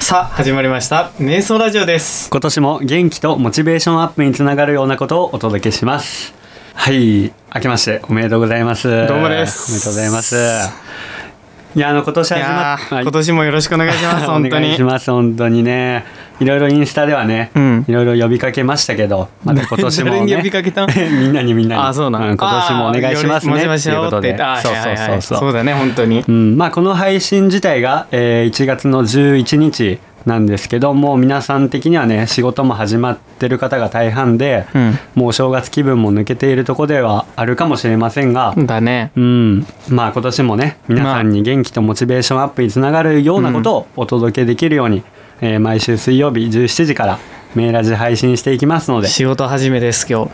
さあ始まりました瞑想ラジオです今年も元気とモチベーションアップにつながるようなことをお届けしますはい明けましておめでとうございますどうもですおめでとうございますいやあの今年い始まやっー今年もよろしくお願いしま す本お当願いにします本当にねいろいろインスタではね、うんいろいろ呼びかけましたけどまた今年もね誰に呼びかけたん みんなにみんなにあそうなん、ん今年もお願いしますねあーよりもしっましていょううことって言でってあーそうはいはいそはういそうそうだね本当にうんまあ、この配信自体が、えー1月の11日なんですけどもう皆さん的にはね仕事も始まってる方が大半で、うんもうお正月気分も抜けているとこではあるかもしれませんが、だねうんまあ今年もね皆さんに元気とモチベーションアップにつながるようなことをお届けできるように、えー毎週水曜日17時からメーラジ配信していきますので仕事始めです今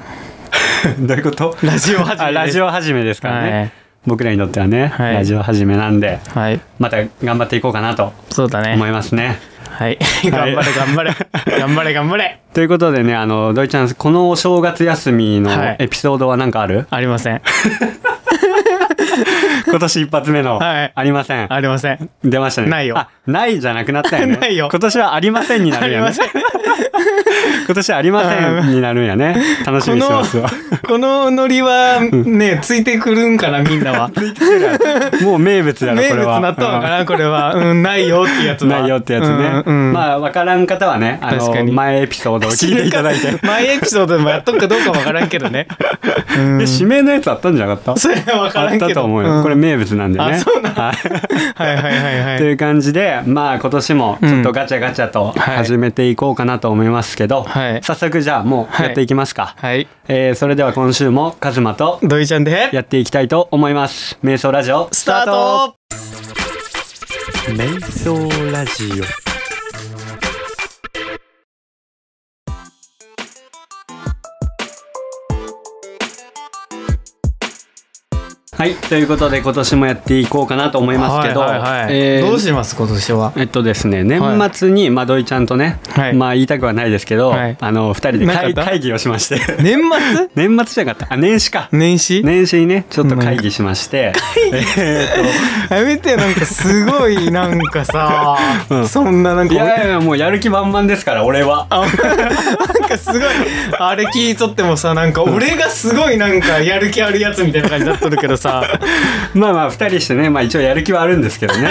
日どういう ことラジオ始めあラジオオ始めですからね、はい僕らにとってはね、はいラジオ始めなんではいまた頑張っていこうかなとそうだね思いますね。はい頑張れ頑張れ頑張れ頑張れということでね、あの、ドイちゃん、このお正月休みのはいエピソードは何かある、 ありません今年一発目の。はいありません。ありません出ましたね。ないよあ、ないじゃなくなったよ ね。ないよ今年はありませんになあるりよまね。せん今年はありませんになるんやね。楽しこみにしてのますわ。このノリはねついてくるんかなみんな はもう名物 やろ、こ名れ物は。なったのかなこれはうんないよってやつうはんないよってやつね。うんうんまあ、わからん方はね、あ確かの、に前エピソードを聞いていただいて。前エピソードでもやっとくかどうかわからんけどね。うんで、指名のやつあったんじゃなかった それはわからんあっけど。たと思うよ。んこれ名物なんだよね。あそうなんはいはいはいはいはい。という感じでまあ今年もちょっとガチャガチャとはい始めていこうかなと思いますけど、はい早速じゃあもうやっていきますか、はい。えーそれでは今週もカズマと土井ちゃんで、やっていきたいと思います瞑想ラジオスタート瞑想ラジオはいということで今年もやっていこうかなと思いますけど、はいはいはいえーどうします今年は。えっとですね年末に、まあ土井ちゃんとね、はいまあ言いたくはないですけど、はいあの二人でなかっ会た会議をしまして 年末年末じゃなかったあ年始か年始年始にねちょっと会議しましてやめてよなんかすごい なんかさ、うんそんななんいかやいやいやもうやる気満々ですから俺はあ なんかすごいあれ聞いとってもさなんか俺がすごいなんかやる気あるやつみたいな感じになっとるけどさまあまあ二人してねまあ一応やる気はあるんですけ どね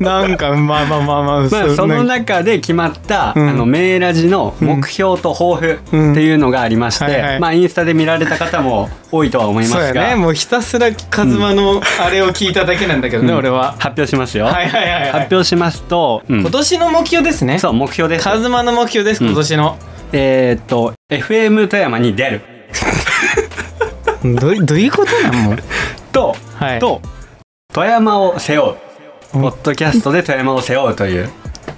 なんかまあまあまあまあまあそのな中で決まった、うんあのメーラジの目標と抱負っていうのがありまして、うんはいはいまあインスタで見られた方も多いとは思いまそうすやが、ねもうひたすらカズマのあれを聞いただけなんだけどね、俺は発表しますよ、はいはいはい、はい、発表しますと、うん今年の目標ですねそう目標ですカズマの目標です今年の、えーっと FM 富山に出るどどういうことなんもうと、はいと富山を背負うポッドキャストで富山を背負うという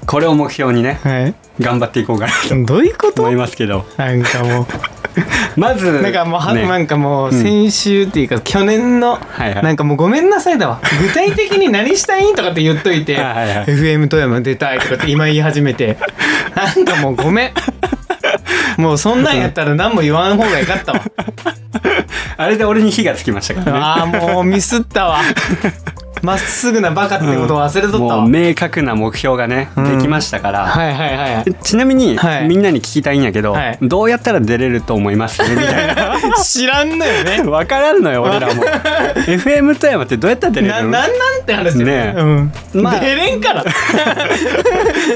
これを目標にね はい頑張っていこうかなとどういうこと思いますけどなんかもまずうなんかもうは、ねなんかもううん先週っていうか去年の、はいはいなんかもうごめんなさいだわ具体的に何したいとかって言っといてはいはいはい FM 富山出たいとかって今言い始め てなんかもうごめんもうそんなんやったら何も言わん方がよかったわあれで俺に火がつきましたからねああもうミスった わまっすぐなバカってことを忘れとったわ、もう明確な目標がね、んできましたから、はいはいはいちなみに、はいみんなに聞きたいんやけど、はいどうやったら出れると思いますみたいな 知らんのよ ね分からんのよ俺 らも FM 富山ってどうやったら出れるなのなんなんて話よねえうんまあ出れんから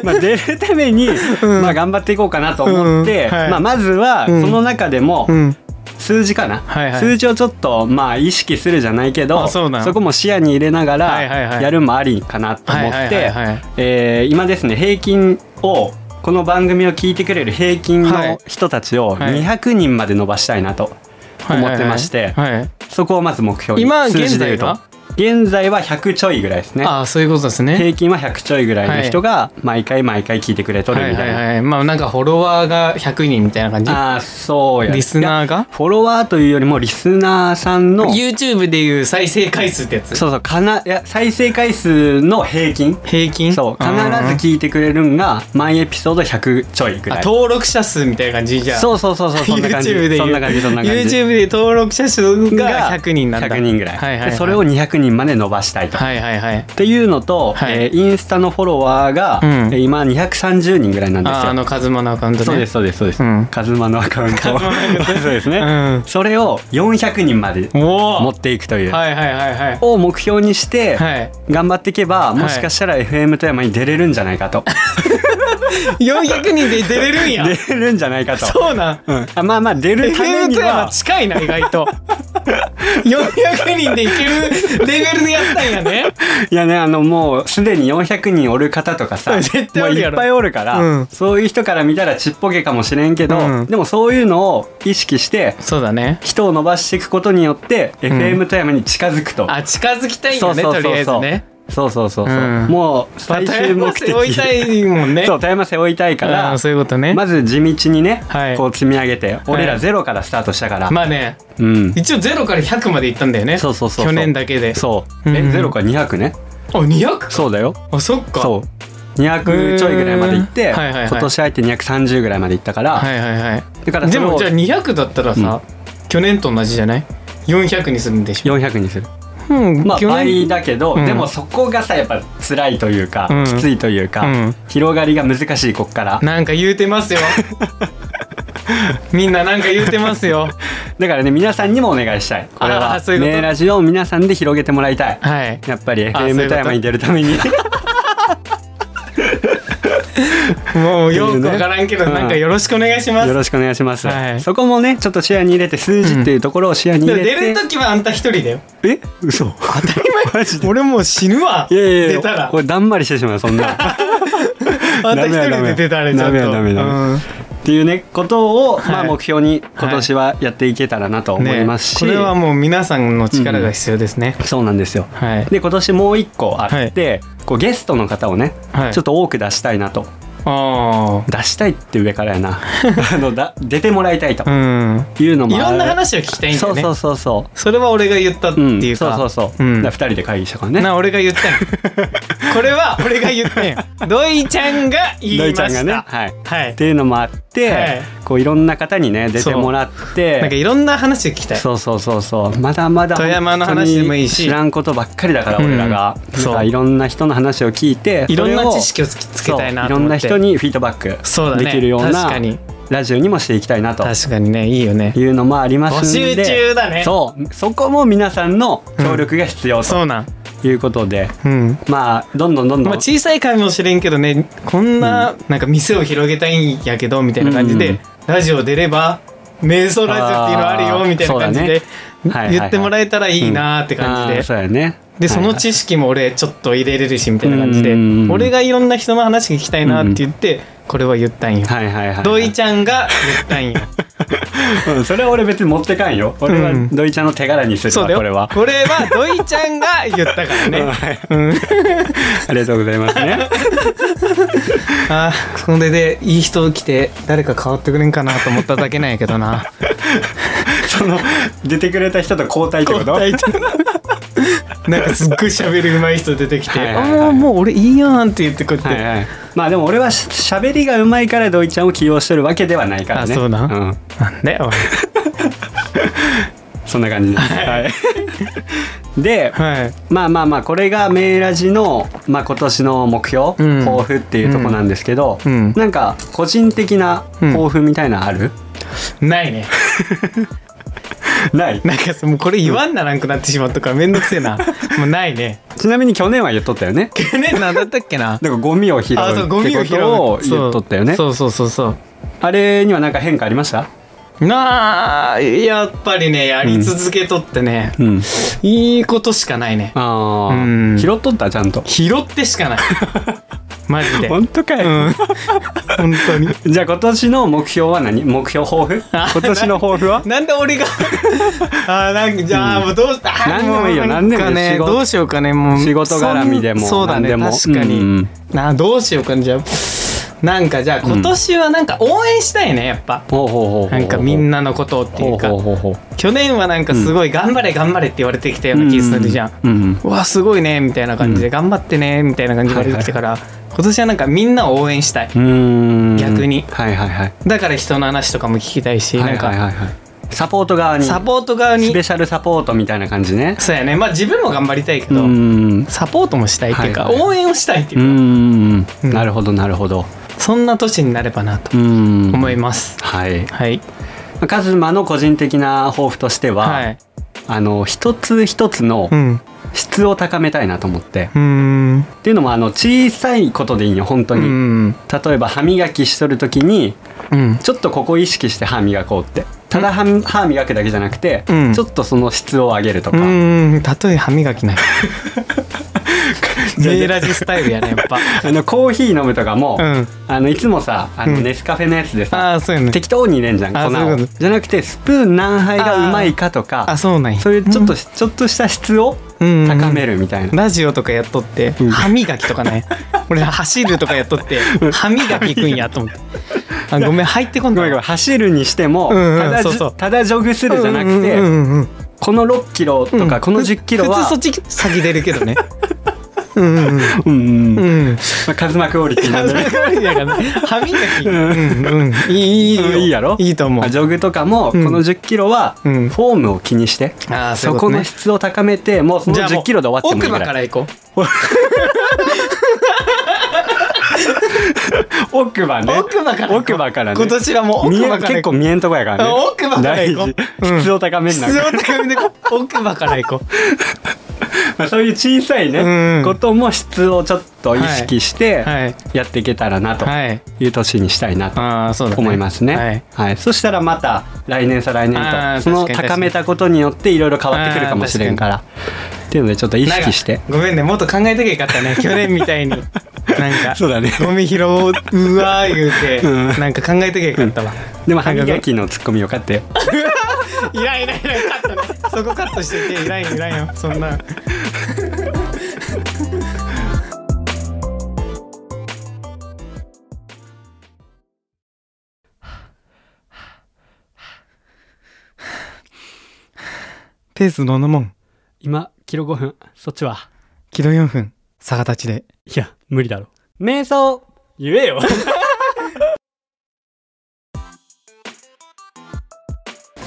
まあ、出るために、まあ、頑張っていこうかなと思って、うんはいまあ、まずはそんの中でもうん数字かな、はいはい数字をちょっとまあ意識するじゃないけどあそうなんこも視野に入れながはいはいはらいやるもありかなと思っはいはいてはいはいえー今ですね平均をこの番組を聞いてくれる平均はいの人たちをはい200人まで伸ばしたいなと思ってまして、はいはいはいそこをまず目標に今数字で言う現在とは現在は100ちょいぐらいですねああそういうことですね平均は100ちょいぐらいの人が毎回毎回聞いてくれとるはみいたはいいなはいまあなんかフォロワーが100人みたいな感じああそうやリスいやナーがフォロワーというよりもリスナーさんの YouTube でいう再生回数ってやつそうそうかないや再生回数の平均平均そう必んず聞いてくれるんが毎エピソード100ちょいぐらあい登録者数みたいな感じじゃあそうそうそうそうそんな感じ YouTube でそん言うな感じそんな感じ YouTube で登録者数が100人なんだ100人ぐらい,で、はいはいはいそれを200人人まで伸ばしたいと。はいはいはいっていうのと、はいえーインスタのフォロワーが、うんえー今230人ぐらいなんですあよ。あのカズマのアカウントねそうですそうですそうです。うんカズマのアカウント。カズマのアカウントね そうですね。うんそれを400人まで おお持はっていくとい、いうはいはいはいを目標にして、はい頑張っていけばもしかしたら FM 富山に出れるんじゃないかと、 400人で出れるんや出れるんじゃないかと。そうなんうん、あまあまあ出るため FM に富山は近いな意外と400人でいけるレベルでやったんやねいやねあのもうすでに400人おる方とか さ絶対おもうるいやっろぱいおるから、うんそういう人から見たらちっぽけかもしれんけど、うんでもそういうのを意識してそうだね人を伸ばしていくことによって、FM 富山に近づくと。あ近づきたいんそだうねそうとそうりあえそずう、ねそうそうそうそう、うんもうまあ最終目的、富山背負いたいもんねそう富山背負いたいから、うんそういうことねまず地道にね、はいこう積み上げて俺はらいゼロからスタートしたから、まあねうん一応0から100までいったんだよねそうそうそうそう去年だけでそう、うんうえんゼロから200ねあ 200? そうだよあそっかそう200ちょいぐらいまで行っへて、ーはいはいはい今年入って230ぐらいまで行ったから、はいはいはいだからでそれもをじゃあ200だったらさ、去年と同じじゃない400にするんでしょ、 400にするうんまあ去倍年だけど、うんでもそこがさやっぱ辛いというか、うんきついというか、うん広がりが難しいこっからなんか言うてますよみんななんか言うてますよだからね皆さんにもお願いしたいこれあはーそういうことねラジオを皆さんで広げてもらいたいはいやっぱりあそういうこと FM 富山に出るためにもうよくわからんけど、うんなんかよろしくお願いしますよろしくお願いします、はいそこもねちょっと視野に入れて数字っていうところを視野にで入もれて、出る時はあんた一人だよえ嘘当たり前マジで俺もう死ぬわいやいやいや出たらこれだんまりしてしまう そんなあんた一人で出たらちょダっメだとダメだダメだうんっていうねことを、まあはい目標に今年はやっていけたらなと思ねいますし、これはもう皆さんの力が必要ですね、そうなんですよはいで今年もう一個あって、こうゲストの方をね、はいちょっと多く出したいなとあ出したいって上から やなあのだ出てもらいたいとあうんいうのもいあろるんな話を聞きたいんだそようねそうそうそそれは俺が言ったってう、うん、いうそか、うそうそう、んだから二人で会議したからねな俺が言ったんよ これは俺が言ったんよドイちゃんが言いドまイしちたゃんがね、はい、っはいていうのもあって、はいこういろんな方にね出てもらってなんかいろんな話を聞きたいそうそうそうそうまだまだ富山の話でもいいし本当に知らんことばっかりだからうん俺らが、そうだからいろんな人の話を聞いていろんな知識ををつきつけたいなとそういろん思なって人にフィードバックそうだねできるような確かにラジオにもしていきたいなと確かにねいいよねいうのもありますんで募集中だねそうそこも皆さんの協力が必要とそうなんいうことで、うんまあどんどんどんどまん、あ、小さいかもしれんけどねこんななんか店を広げたいんやけどみたいな感じで、うんラジオ出れば瞑想ラジオっていうのあるあよーみたいな感じで、そうだねはいはいはい言ってもらえたらいいなーって感じで、あーそうやねでそはいのはい知識も俺ちょっと入れれるしみたいな感じで、うん俺がいろんな人の話聞きたいなって言って、これは言ったんよ、はいはいはいはい土井ちゃんが言ったん ようんそれは俺別に持ってかんよ俺はうんドイちゃんの手柄にするそうわだよこれはこれは土井ちゃんが言ったからね、うん、 ありがとうございます ねあーそれでいい人来て誰か変わってくれんかなと思っただけなんやけどな。その出てくれた人と交代ってこと大体 なんかすっごい喋る上手い人出てきて「はいはいはいああもう俺いいやん」って言ってこうやって、はいはいまあでも俺はししゃべりがうまいからドイちゃんを起用してるわけではないからねあそうなんん、なんだよそんな感じですはいで、はいまあまあまあこれがメイラジの、まあ、今年の目標、うん抱負っていうとこなんですけど、うんなんか個人的な抱負みたいなのある、ないねないなんかさもうこれ言わんならんくなってしまったからめんどくせえなもうないねちなみに去年は言っとったよね 去年なんだったっけなだからゴミを拾うあそうゴっミをてこ拾うとを言っとったよねそうそうそうそうあれには何か変化ありましたそうなあやっぱりねやり続けとってね、うんいいことしかないねああ、うん拾っとったちゃんと拾ってしか ないマジで本当かい、うん本当にじゃあ今年の目標は何目標抱負あ今年の抱負はなんで俺が あーなんかじゃあもうどうした、あ何でもいいような何んでかもいいよ仕ね事どうしようかねもう仕事絡みでもそんそうだね何でも確かに、うんなあどうしようかねじゃあなんかじゃあ今年はなんか応援したいねやっぱ、ほうほうほうほうなんかみんなのことをっていほううかほうほうほう去年はなんかすごい頑張れ頑張れって言われてきたような気するじゃん、うんうんうわすごいねみたいな感じで、頑張ってねみたいな感じで言われてきたから、今年はなんかみんなを応援したいうん逆にはいはいはいだから人の話とかも聞きたいし、はいなんかはいはいはいサポート側にサポート側スにペシャルサポートみたいな感じねそうやねまあ自分も頑張りたいけうど、んサポートもしたいっていうか、はいはい応援をしたいっていううか、んうんなるほどなるほどそんな年になればなとうん思います、はいはいカズマの個人的な抱負としては、はいあの一つ一つのうん質を高めたいなと思って、うーんっていうのもあの小さいことでいいよ本当うに、ん例えば歯磨きしとる時にうんちょっとここ意識して歯磨こうってただ歯歯磨くだけじゃなくて、うんちょっとその質を上げるとうか、 ーん例え歯磨きないじゃあメイラジスタイルやねやっぱあのコーヒー飲むとかも、うんあのいつもさあのうんネスカフェのやつでさ、ああそうやね適当に入れんじゃんあ粉そういをうこじゃなくてスプーン何杯がうまいかとあかそうなんやそういうちょっと、ちょっとした質をうん高めるるみたいな、ラジオとかやっとってうん歯磨きとかね俺走るとかやっとって歯磨きいくんやと思ってあごめん入ってこんごだめんごめん走るにしても、うんうんただじそうそうただジョグするじゃなくて、うんうんうんうんこの6キロとか、この10キロ普通はそっち先出るけどねうんうんうんううんまんうんあ、カズマクオリティなんでね歯磨き、うんうんうん、 いいいいようんいいやろいいと思うまあジョグとかもこうんの1 0キロはフうォんームを気にして、ああそこの質を高めてもうそのじゃあ1もう0キロで終わってもいい奥か歯からら行こ奥歯うね奥歯から行こう奥歯からねこちらも奥見え歯から結行こ構う見えんとこやからねあ奥歯から行こう大事うん質を高めん質な、を高めてこう奥歯から行こまあ、そういう小さいね、うんことも質をちょっと意識してうはいやっていけたらなとはいいう年にしたいなとああそうだ、ね、思いますね、ははいい、そしたらまた来年再あ来年とーその確かに高めたことによっていろいろ変わってくるかもしれんからっていうのでちょっと意識してなんかごめんねもっと考えときゃよかった ね去年みたいになんかそうだねゴミ拾おううわー言うて、うんなんか考えときゃよかったわ、でも歯磨きのツッコミよか ったよいらんいらんいらんカットねそこカットしてていらんよいらんよそんなペースののもん今キロ5分そっちはキロ4分逆立ちでいや無理だろ瞑想言えよ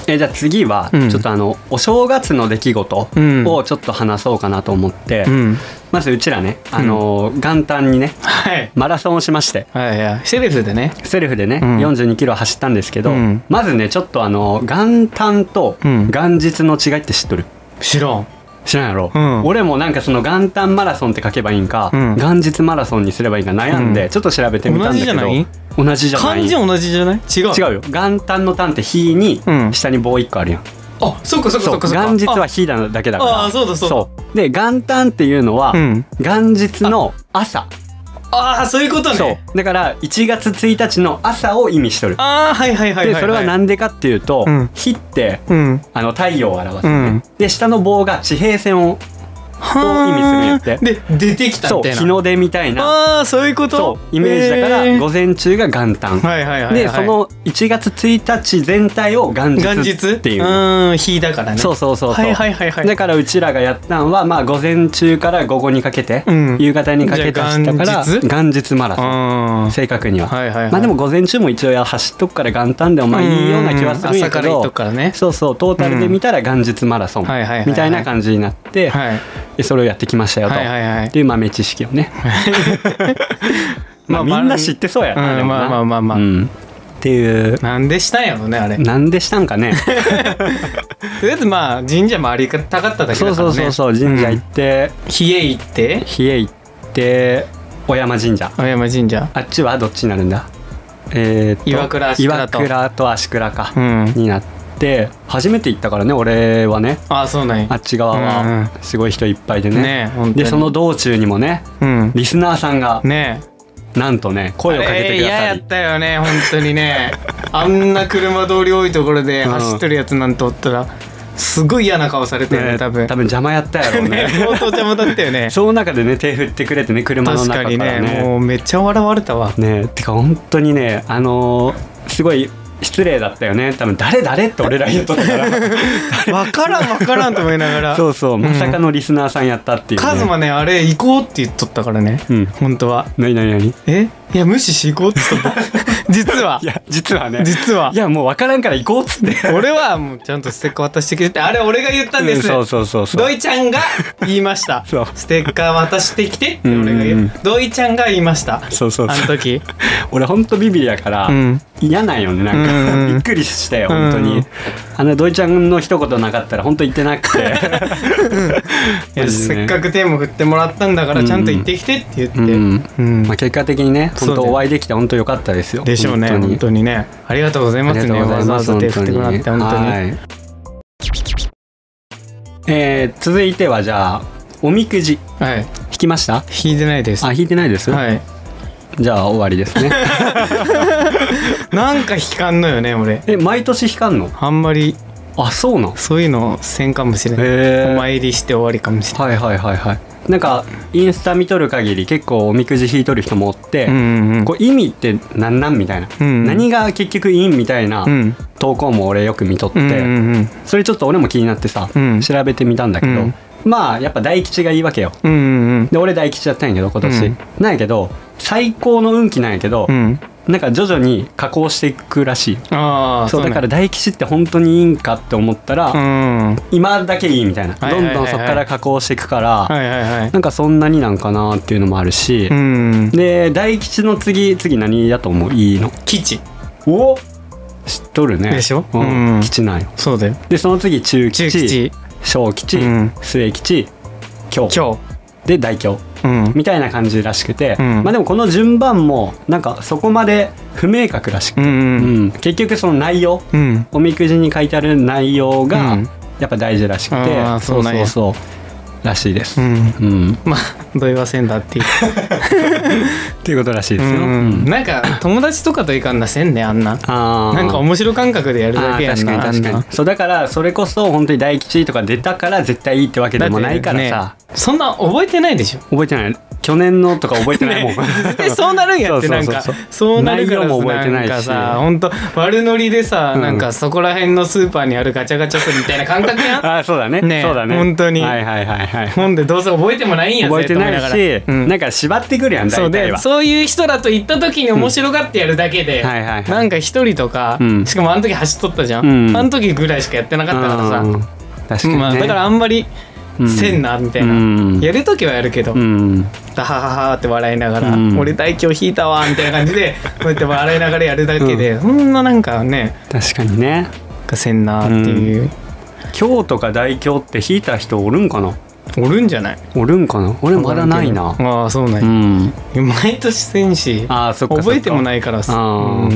えじゃあ次は、うんちょっとあのお正月の出来事うんをちょっと話そうかなと思って、うんまずうちらねあの、元旦にねはいマラソンをしましてはいはいセレフでねセルフでね、うん42キロ走ったんですけど、うんまずねちょっとあの元旦とうん元日の違いって知っとる知らん知らんやろ、うん俺もなんかその元旦マラソンって書けばいいんか、うん元日マラソンにすればいいんか悩んで、うんちょっと調べてみたんだけど同じじ同じじゃない漢字同じじゃない違う違うよ元旦の旦って日にうん下に棒1個あるやん、あそっかそっかそそうっかそっか元日は日だだけだからああそうだそうだうで元旦っていうのは、うん元日の朝ああそういうことねそうだから1月1日の朝を意味しとるああはいはいはいはい、でそれはなんでかっていうと、うん火ってうんあの太陽を表すね、うんで下の棒が地平線を意味するんやってで出てきたそみたういな日の出みたいなああそういうことそうイメージだから、へー午前中が元旦、はいはいはいはいでその1月1日全体を元元日日っていううーん日だからねそうそうそうそう、はいはいはいはいだからうちらがやったんはまあ午前中から午後にかけて、うん夕方にかけて走ったからじゃあ元日元日マラうソンん正確には、はいはいはいまあでも午前中も一応走っとくから元旦でもまあいいような気はするんや朝かけら行っどとくからねそうそうトータルで見たら元日マラソンうんはいはいはいはいみたいな感じになって、はいでそれをやってきましたよと、はいはいはいっていう豆知識をね まあみんな知ってそうやな、うんでもなまあまあまあまあうんっていうなんでしたんやろねあれとなんでしたんかねりあえずまあ神社回りたかっただけだからね そうそうそうそう神社行って、日へ行って比叡行って小山神社青山神社あっちはどっちになるんだえーと岩倉足倉と岩倉と足倉か、うんになって初めて行ったからね俺はねああそうなんやあっち側うんうはんすごい人いっぱいでね,、ねえ本当にでその道中にもねうんリスナーさんがねえなんとね声をかけてくだあれ嫌さやりったよね本当にね あんな車通り多いところでうん走ってるやつなんておったらすごい嫌な顔されてるねね多分多分邪魔やったやろ ねうね相当邪魔だったよね その中でね手振ってくれてね車の確中かからにねねねもうめっちゃ笑われた わてか本当にねあのーすごい失礼だったよね多分誰誰って俺ら言っとったから 分からん分からんと思いながらそうそうまさかのリスナーさんやったっていう、ねカズマねあれ行こうって言っとったからね、うん本当はなになになにえいや無視していこうっつった の実はいや実はね実はいやもう分からんから行こうっつって俺はもうちゃんとステッカー渡してきてってあれ俺が言ったんでうんす、そうそうそうそうドイちゃんが言いましたそうステッカー渡してきてって俺がうんう言んうドイちゃんが言いましたそうそうそうあの時俺ほんとビビりやから、うん嫌なんよねなんか、うんうんびっくりしたよ本当に、うんあの土井ちゃんの一言なかったら本当言ってなく ていやせっかく手も振ってもらったんだからちゃんと行ってきてって言って、うんうんまあ結果的にねそうね本当お会いできて本当良かったですよでしょうね本当本当ににねありがとうございあまりすがねとうござわいざわますざ本手振当ってもらってに本当にはいえー続いてはじゃあおみくじはい引きました引いてないですあは引いてないです、いじゃあ終わ りですねなんか引かんのよね俺え毎年引かんのあんまりあそうなんそういうのせんかもしれないへーお参りして終わりかもしれないはいはいはいはいなんかインスタ見とる限り結構おみくじ引いとる人もおって、うんうんうんこう意味ってなんなんみたいな、うん何が結局いいんみたいなうん投稿も俺よく見とって、うんうんうんそれちょっと俺も気になってさ、うん調べてみたんだけど、うんまあやっぱ大吉がいいわけようんうんで俺大吉だったんやけど今年、うんなんやけど最高の運気なんやけど、うんうんなんか徐々に加工していくらしいああそうだから大吉って本当にいいんかって思ったら、うんはい今だけいいみたいな、はいはいはいはいどんどんそこから加工していくから、はいはいなんかそんなになんかなっていうのもあるし、うんで大吉の次次何だと思ういいの基地お知っとるねでしょうんうん吉なんよそうだよでその次中中吉吉小吉、うん末吉京今で大京日うんみたいな感じらしくて、うんまあでもこの順番もなんかそこまで不明確らしうく、うんん結局その内容うんうんおみくじに書いてある内容がうんやっぱ大事らしくて、あーそうなんそうやそうそうらしいです、うんうんまあ土井はせんだっていうっていうことらしいですよ、うんうんなんか友達とかといかんなせんねあんなあーなんか面白感覚でやるだあけーやん確なかに確かあんになそうだからそれこそ本当に大吉とか出たから絶対いいってわけでもないからださ、ってねそんな覚えてないでしょ覚えてない去年のとか覚えてな いもん、絶対そうなるんやって そなうんそうかそうそうそうなるから内容も覚えてないしんかさ本当悪ノリでさ、うんなんかそこら辺のスーパーにあるガチャガチャするみたいな感覚やんああそうだねねえそうだね本当にはいはいはいはいほんでどうせ覚えてもないんや覚えてないし、と思いながらうんなんか縛ってくるやんそう大体ではそういう人らと行った時に面白がってやるだけで、はいはいはいなんか一人とか、うんしかもあの時走っとったじゃん、うんあの時ぐらいしかやってなかったからさ、うん確かにね、まあ、だからあんまりうんせんなみたいな、うんやる時はやるけど、うんダハハハって笑いながら、うん俺大凶引いたわみたいな感じでこうやって笑いながらやるだけで、そんななんかね確かにねなんかせんなっていう、今日とか大凶って引いた人おるんかなおるんじゃないおるんかな俺まだないなああそうなんうや、ん毎年せんしあーそっかそっか覚えてもないからさあうん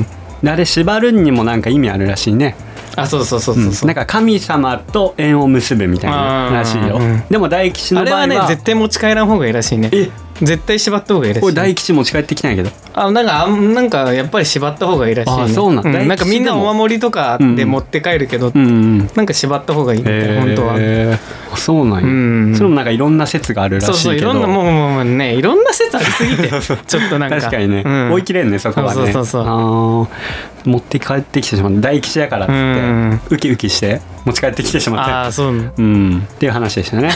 ーあれ縛るにもなんか意味あるらしいねあそうそうそうそうそう、なんか神様と縁を結ぶみたいならしいよ、あーうんでも大吉あのれ場合ははね絶対持ち帰らん方がいいらしいねえ絶対縛った方がいいらしい俺大吉持ち帰ってきたんやけどあなんかあんなんかやっぱり縛った方がいいらしい、ね、あそうなんなんかみんなお守りとかで持って帰るけど、うんうんなんか縛った方がいいみたいな本当は。へーあそうなんや、うんそれもなんかいろんな説があるらしいそうけどそういろんなもうもうもうねいろんな説ありすぎ てちょっとなんか確かにね、うん追い切れんねそこはねそうそうそうそうあー持って帰ってきてしまう大吉やからっつって、うんウキウキして持ち帰ってきてしまってああそううん、っていう話 でしたね。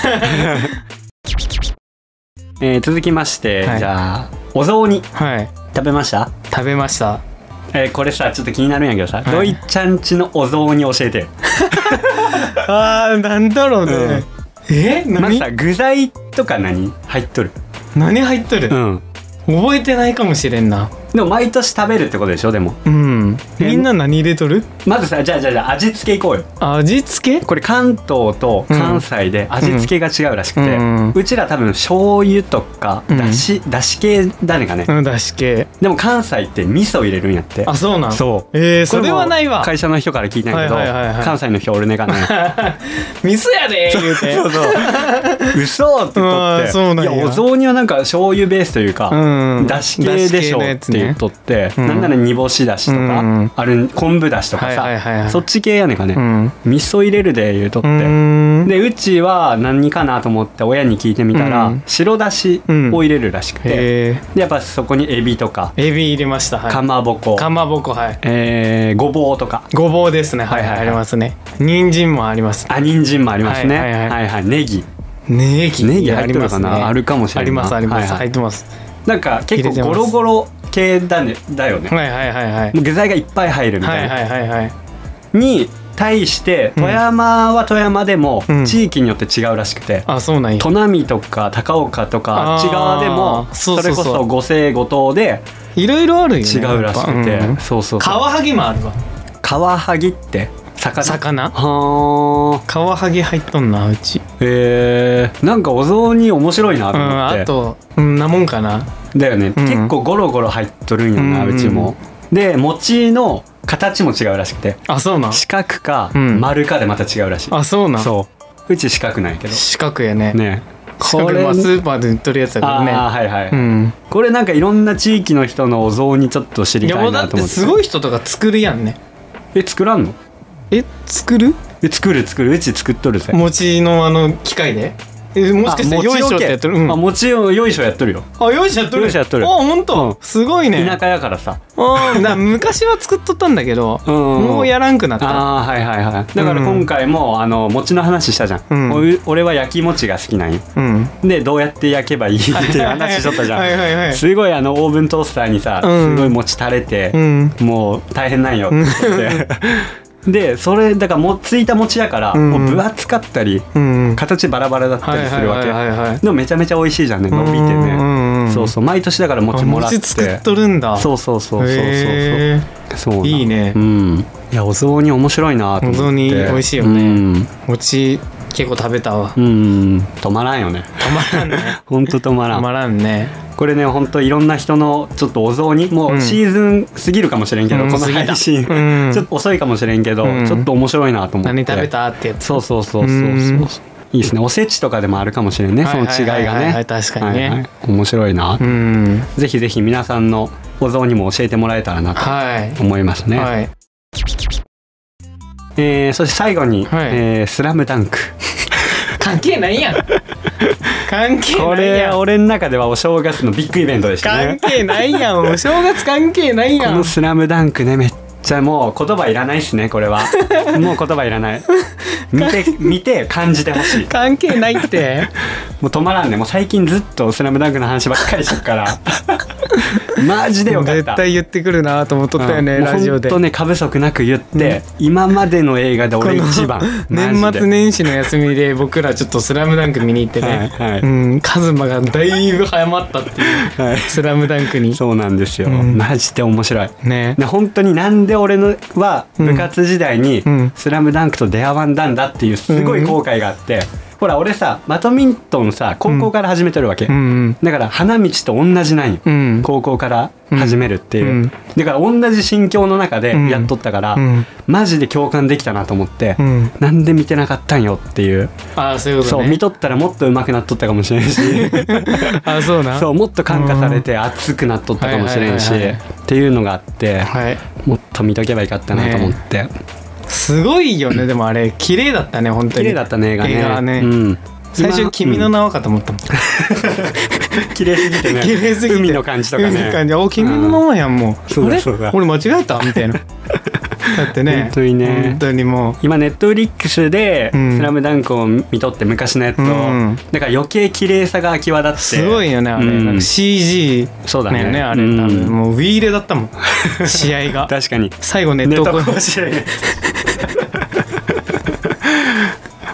えー続きまして、はいじゃあお雑煮はい食べました、食べま したえーこれさちょっと気になるんやけどさ、はいドイちゃんちのお雑煮教えてよあーなんだろうね、えま何、ずさ具材とか何入っとる何入っとる、ん覚えてないかもしれんなでも毎年食べるってことでしょでもうんえみんな何入れとるまずさじゃあじゃあじゃあ味付けいこうよ味付けこれ関東と関西で味付けが違うらしくて、ううんちら多分醤油とかうんだし、だし系だねかね、うんだし系でも関西って味噌入れるんやってあそうなんそうえー、それはないわ会社の人から聞いたんやけど、はいはいはいはい関西の人俺ねがね水やで言うて そうそう嘘ってう言っわとーってそうなんやいやお雑煮はなんか醤油ベースというか、うんだし系でしょって言っとって、うんなんなら煮干しだしとか、うんある昆布だしとかさ、はいはいはいはいそっち系やねんかね、うん味噌入れるで言うとっうて、ーんでうちは何かなと思って親に聞いてみたら、うん白だしを入れるらしくて、えでやっぱそこにエビとかー、エビ入れましたはいかまぼこ、かまぼこはいえーごぼうとかごぼうですねはいはいははいはいいありますね人参もありますあ人参もありますね、ははいいははいいはネギネギネギ入ってるかなあありるかもますしねあれりんなますありますはいはい入ってますなんか結入れてま構ゴすロゴロ系だ,、ね、だよね、はいはいはいはいもう具材がいっぱい入るみたはいいな、はいはいはいに対してうん富山は富山でもうん地域によって違うらしくて、あそうなんや砺波とか高岡とかああっーち側でもそうそうそそれうこそ五星五島でいろいろあるよね違うらしくて、やっぱうんそうそうそうカワハギもあるわカワハギって魚魚はカワハギ入っとんなうちーえー、なんかお雑煮面白いなうとん思って、あとうんなもんかなだよね、うん結構ゴロゴロ入っとるんよな、ううんうんちもで餅の形も違うらしくてあそうなん四角かうん丸かでまた違うらしい、あそうなんそううち四角ないけど四角やねね四角まあスーパーで売っとるやつだかあらーねはいはい、うんこれなんかいろんな地域の人のお雑煮ちょっと知りいやたもいうだなっとて思ってすごい人とか作るやんねえ作らんのえ作るえ作る作るうち作っとるぜ餅のあの機械でえもしかしてあ餅よいしょってやってるうよけんあ餅をよいしょやっとるよ、あよいしょやっとるよいしょやっとるあほんとすごいね田舎やからさうんな昔は作っとったんだけどうんもうやらんくなったああはいはいはいだから今回も、あの餅の話したじゃん、うんおい俺は焼き餅が好きなんようんでどうやって焼けばいいっていう話しとったじゃんはいはいはいすごいあのオーブントースターにさ、うんすごい餅垂れてう、んもう大変なんよって言 ってでそれだからもうついた餅やから、うんもう分厚かったりうん形バラバラだったりするわけ、はいはいはいはいでもめちゃめちゃ美味しいじゃんね伸びてうんうね、んうんそうそう毎年だからあ餅もらって餅作っとるんだそうそうそうそうそうそうへそうなんいいねうんいやお雑煮面白いなと思ってお雑煮美味しいよねうんー餅結構食べたわうん止まらんよねたまらん ねほんと止まらたんまらんねこれねほんといろんな人のちょっとお雑煮もううんシーズン過ぎるかもしれんけど、うんこの過ぎた配信、うんちょっと遅いかもしれんけど、うんちょっと面白いなと思って何食べたってやつそうそうそうそうそううんいいですねおせちとかでもあるかもしれんねその違いはがはははねい確かにはいはねい面白いな、うんぜひぜひ皆さんのお雑煮も教えてもらえたらなとは思いますいね、はいえーそして最後に、はいえースラムダンク」関係ない やん関係こないれやん俺の中ではお正月のビッグイベントでした関ね係ないやんお正月関係ないこやんの「スラムダンクねめっちゃもう言葉いらないっすねこ れはもう言葉いらない見て見て感じてほしい関係ないってもう止まらんねもう最近ずっと「スラムダンクの話ばっかりしてるから マジで よかっ絶た対言ってくるなと思っとったよね、うんもうラジオでほんとね過不足なく言って、今までの映画で俺一番年マジで末年始の休みで僕らちょっと「スラムダンク見に行ってね、はいはいうん、カズマがだいぶ早まったってい う「はいスラムダンクにそうなんですよ、うんマジで面白いねで本当になんで俺のは部活時代にうん「スラムダンクと出会わんだんだっていうすごい後悔があって、ほら俺さバドミントンさ高校から始めてるわけ、うんうんだから花道と同じなんよ、うん高校から始めるっていう、うんだから同じ心境の中でやっとったから、うんマジで共感できたなと思って、うんなんで見てなかったんよっていう、ああそういうこそとう見ねとったらもっと上手くなっとったかもしれんしああそうなそうもっと感化されて熱くなっとったかもしれんし、はいはいはいっていうのがあって、はいもっと見とけばよかったなと思って、すごいよねでもあれ綺麗だったね本当綺に麗だったね映画ね映画はねうん、最初今「君の名は」かと思ったもんうん綺麗すぎてね 綺麗すぎて海の感じとか 海の感ねじお君のままやんもうそうだあれそうだ俺間違えたみたいなだってね本当にね本当にも今ネットフリックスでう「んスラムダンクを見とって昔のやつを、うんだから余計綺麗さが際立ってうすごいよねあれ、うんなんか CG そうだねよねあれ、うん多分もうウィーレだったもん試合が 確かに最後ネネッットトこ甲子園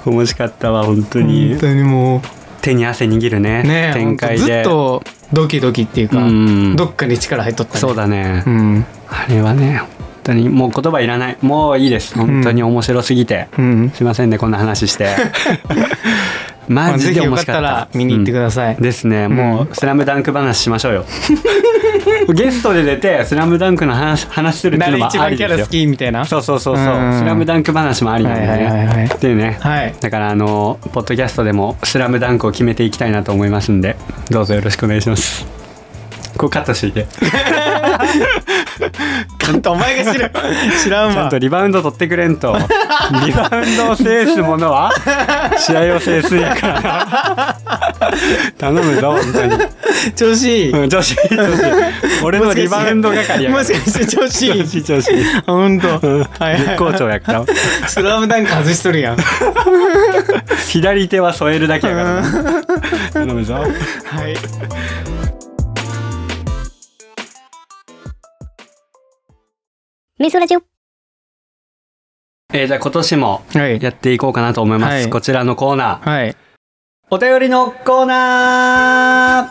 面白かったわ本当に本当にも手に汗握るねうね展開でずっとドキドキっていうか、うんどっかに力入っとったねそうだね、うんあれはね本当にもう言葉いらないもういいです本当に面白すぎて、うんすいませんねこんな話して まマあ、ジぜでひよ面かっ白かたった,、ら見に行ってください、うんですねもう「スラムダンク話しま しょうよゲストで出て「スラムダンクの話話するっていうの誰も一あ番りキでャすラよ好きみたいなそうそうそうそううん「スラムダンク話もありなんでね、はいはいはいはいっていうねはいだからあのポッドキャストでも「スラムダンクを決めていきたいなと思いますんでどうぞよろしくお願いしますこうカットしていてカントお前が知 る知らんちゃんわとリバウンド取ってくれん とリバウンドを制すものは試合を制すやからな頼むぞ本当 に、調子いいうん、女子女子俺のリバウンド係やかもらしかして調子いい 女子女子あ本当。うんはいはい絶好調やからスラムダンク外しとるやん。左手は添えるだけやからな 頼むぞはい。メソラジオ。えーじゃあ今年もはいやっていこうかなと思います、はいこちらのコーナーはいお便りのコーナ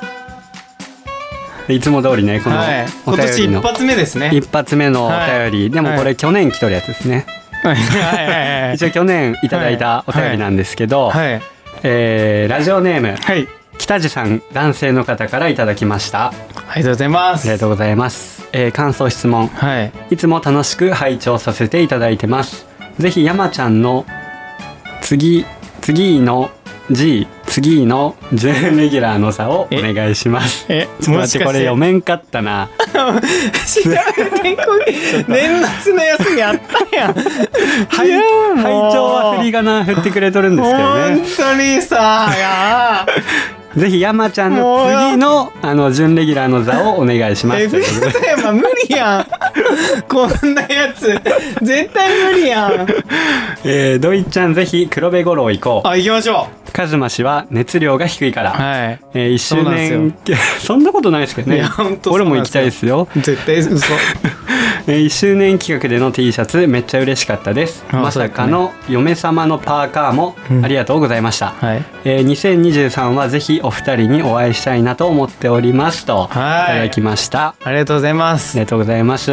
ーいつも通りねこのはいお今便年りの、一発目ですね一発目のお便り、はいでもこはれ去年来とるやつですね、はいはいはい一応去年いただいたお便りなんですけど、はいえーラジオネームはい北地さん男性の方からいただきましたありがとうございまありすがとうございます、えー感想質問はいいつも楽しく拝聴させていただいてますぜひ山ちゃんの次次の G 次の J レギュラーの差をお願いしますえちょっと待ってこれ読めんかったな調べてこい年末の休みあったやん拝いやーもう拝聴は振り仮名振ってくれとるんですけど本ね当にさやぜひ山ちゃんものう次のあの準レギュラーの座をお願いしまえすとい富うことで 山無理やんこんなやつ絶対無理やんえー、ドイちゃんぜひ黒部五郎行こあ行きましょうカズマ氏は熱量が低いから、うはいえー、1周年 そんなことないですけどいねやほんと俺も行きたいですよ、絶対嘘えー、1周年企画での T シャツめっちゃ嬉しかったですあまそうだっさたかねの嫁様のパーカーもうんありがとうございました、はいえー、2023はぜひお二人にお会いしたいなと思っておりますといはいただきましたありがとうございまありすがとうございます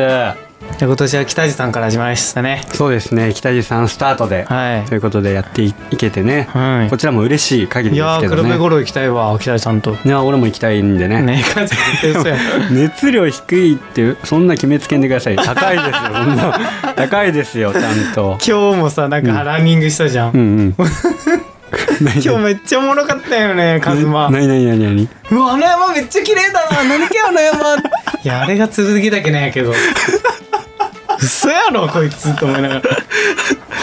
じゃあ今年は北地さんから始まりましたねそうですね北地さんスタートで、はいということでやっていいけてね、はいこちらも嬉しい限りいですやけーど黒ね部五郎行きたいわ北地さんといや俺も行きたいんでねねえ 感じで嘘や熱量低いってそんな決めつけんでください高いですよそんな高いですよちゃんと今日もさなんかランニングしたじゃん、うんうん今日めっちゃおもろかったよねカズマ何何何何うわあの山めっちゃ綺麗だな何けあの山 いやあれが続きだけなんやけ ど嘘やろこいつと思いながら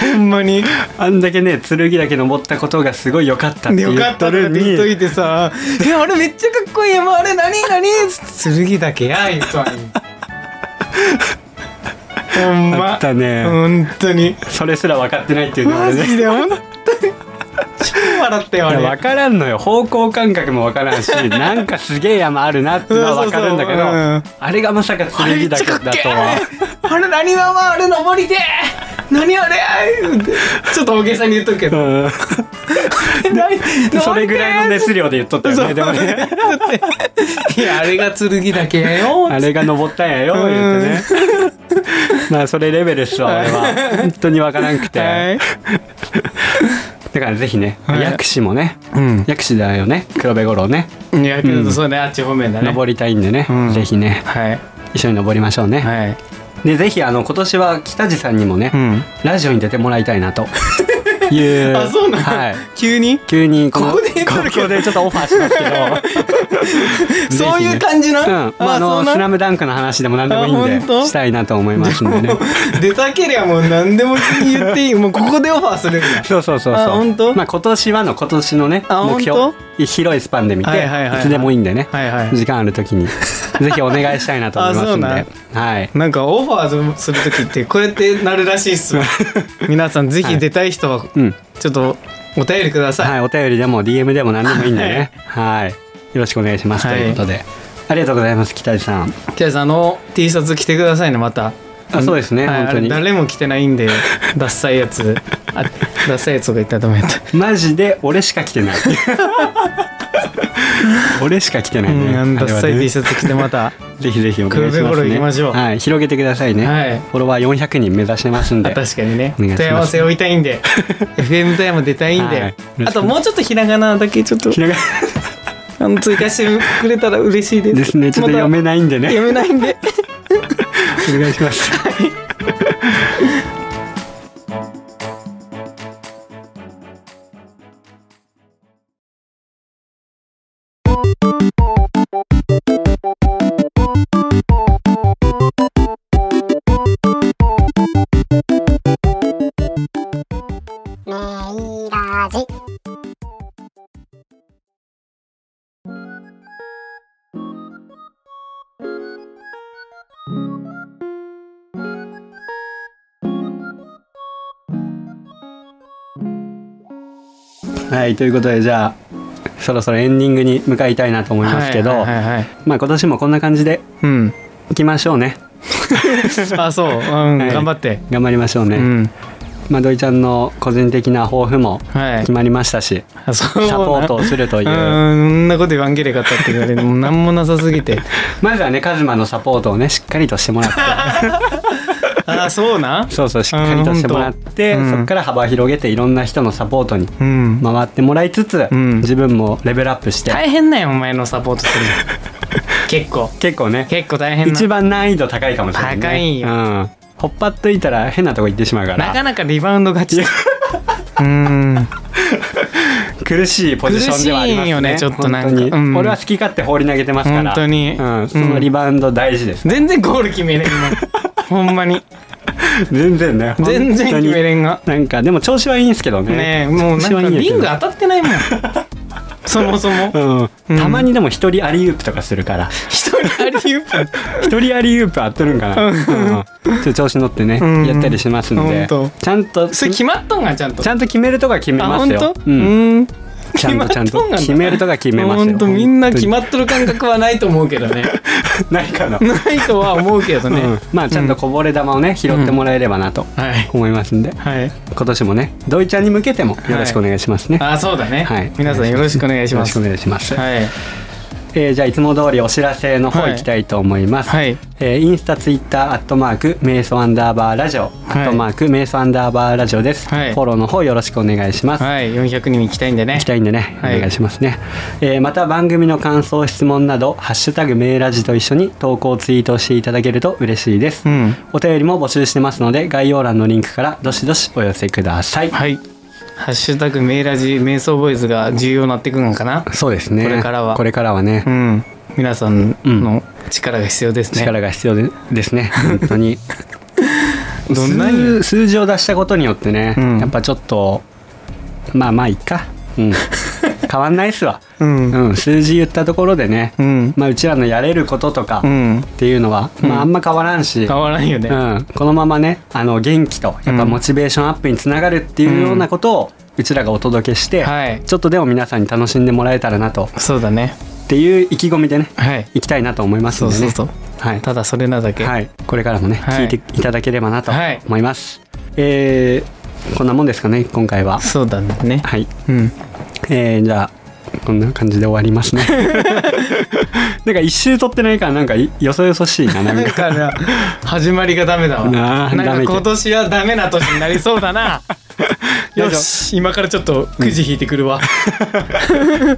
ほんまによあんだけね剣だけ登ったことがすごい良かったって言かっったとらるっのて言っといにてさ「えあれめっちゃかっこいい山あれ何何?」剣だけ や言うとは言うほんまあったね本当にそれすら分かってないっていうのがマねジ いで本当に超笑ったよあやれ分からんのよ方向感覚も分から んしなんかすげえ山あるなっていうのは分かるんだけどそうそうそううんあれがまさかあれめ剣っだちゃけかだっけとえあはれあれ何ママあれ登りてえ何あれちょっと大げさに言っとくけどうん それぐらいの熱量で言っとったよねでもねいやあれが剣だけやよあれが登ったんやよ、うん言うてね。まあ、それレベルっすわ、俺は。本当にわからんくて。はいだからぜひね、はい薬師もね、うん薬師だよね、黒部五郎ね、いやけどそうねあっち方面だね登りたいんでね、うんぜひね、はい一緒に登りましょうね。はいで、ぜひ、あの、今年は北地さんにもね、んラジオに出てもらいたい なと。いう。あそうなのはい。急に急にのここで言っとるけどここでちょっとオファーしますけど そういうじ感じうん、なまあ、あのそう「スなラムダンクの話でも何でもいいあん本で当したいなと思いますんで ね出たけりゃもう何でも言っていいもうここでオファーするんだそうそうそうあそう。本当まあ今年はの今年のねあ目標本広いスパンで見て、はいいはいはいはいつでもいいんで ね、はいはい時間ある 時にぜひお願いしたいなと思いますんで。あはい。なんかオファーする時ってこうやってなるらしいっ すわ皆さんぜひ出たい人はうん。ちょっとお便りください、はい。お便りでも DM でも何でもいいんでね。はい。よろしくお願いします、はいということで。ありがとうございます北地さん。キャさんあの T シャツ着てくださいねまたあそうですね、はい本当にあれ誰も着てないん でダッサいやつあダッサいやつとか言ったらダメ やった、マジで俺しか来てない。 俺しか来てなういね。ん、ダあれッはサいね T シャツ着てまたぜひぜひお願いし黒ま部五す郎ね。行きましょうはい、広げてくださいね。はいフォロワー400人目指してますんあで。確かにねお願いします富山背負いたいん で FM 富山出たいんで、はいあともうちょっとひらがなだけちょっとひらがあの追加してくれたら嬉しいですですね。ちょっと読めないんでまたね。読めないん でお願いします。メイラジ。はい、ということで、じゃあ。そろそろエンディングに向かいたいなと思いますけど、はいはいはいはいまあ今年もこんな感じでうんいきましょうね。あそう、うんはい頑張って、頑張りましょうね、うんまあ土井ちゃんの個人的な抱負もはい決まりましたし、あそうサポートをするといううーんそんなこと言わんけれかったって言われてもう何もなさすぎてまずはねカズマのサポートをねしっかりとしてもらってあそうなそうそうしっかりとしてもらって、うんほんとうんそこから幅広げていろんな人のサポートにうん、回ってもらいつつ、うん自分もレベルアップして、大変なんよお前のサポートするの結構結構ね結構大変な一番難易度高いかもしれない、ね、高いようん、ほっぱっといたら変なとこ行ってしまうからなかなかリバウンド勝ちうーん苦しいポジションではあり苦ますねしいよねちょっとなんか本当にうん俺は好き勝手放り投げてますから本当にうん、そのリバウンド大事です、 全然ゴール決めれんのほんまに全然ね全然本当決にめれんがなんかでも調子はいいんですけどねねえもうなん調子はいいかんやけリどング当たってないもんそもそもうん、たまにでも一人アリウープとかするから一人アリウープ一人アリウープ合っとるんかな、うん、ちょっと調子乗ってね、うんやったりしますんでほんとちゃんとそれち決まっとんがちゃんとゃんと決めるとか決めあま本すよ当、う、うんんちゃんとちゃ決まんっととんがな決めるとか決めますよ本当みんな決っまっとる感覚はないと思うけど ねないかな、ないとは思うけどね、うん、まあちゃんとこぼれ球をね拾ってもらえればなとはい思いますんで、はい今年もねドイちゃんに向けてもよろしくお願いしますね、あそうだね、はい皆さんよろしくお願いしよろましくすお願いします、はいえーじゃあいつも通りお知らせの方はい行きたいと思います、はいえーインスタツイッターアットマーク瞑想アンダーバーラジいオ、アットマーク瞑想アンダーバーラジオです、はいフォローの方よろしくお願いします、はい400人行きたいんでね行きたいんでね、はいお願いしますね、えーまた番組の感想質問など「ハッシュタグメーラジ」と一緒に投稿ツイートしていただけると嬉しいです、うんお便りも募集してますので概要欄のリンクからどしどしお寄せください、はいハッシュタグメイラジ瞑想ボイスが重要になってくるのかなそうですねこれからはこれからはね、うん皆さんの力が必要ですね、力が必要でですね本当 にどんなに数数字を出したことによってね、うんやっぱちょっとまあまあいっか、うん、 変わんないっすわ、うんうんうん、数字言ったところでね、うん、まあ、うちらのやれることとかっていうのは、まあ、あんま変わらんし、変わらんよね、うん、このままねあの元気とやっぱうんモチベーションアップにつながるっていうようなことを、うちらがお届けして、はいちょっとでも皆さんに楽しんでもらえたらなとそうだねっていう意気込みでねはいいきたいなと思いますそんうでねそうそうはい、ただそれなだけ、はい、これからもね、はい聞いていただければなとはい思います、えーこんなもんですかね今回はそうだねはい、うんえーじゃあこんな感じで終わりま すねなんか一周撮ってないからなんかいよそよそしいなななんん かかな始まりがダメだわななあダメんけか今年はダメな年になりそうだ なよし今からちょっとくじ引いてくるわ、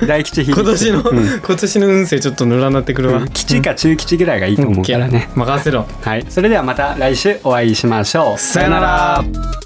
大吉引いて今年の、今年の運勢ちょっとぬらになってくるわ、吉か中吉ぐらいがいいと思うからね、任せろはい、それではまた来週お会いしましょうさよなら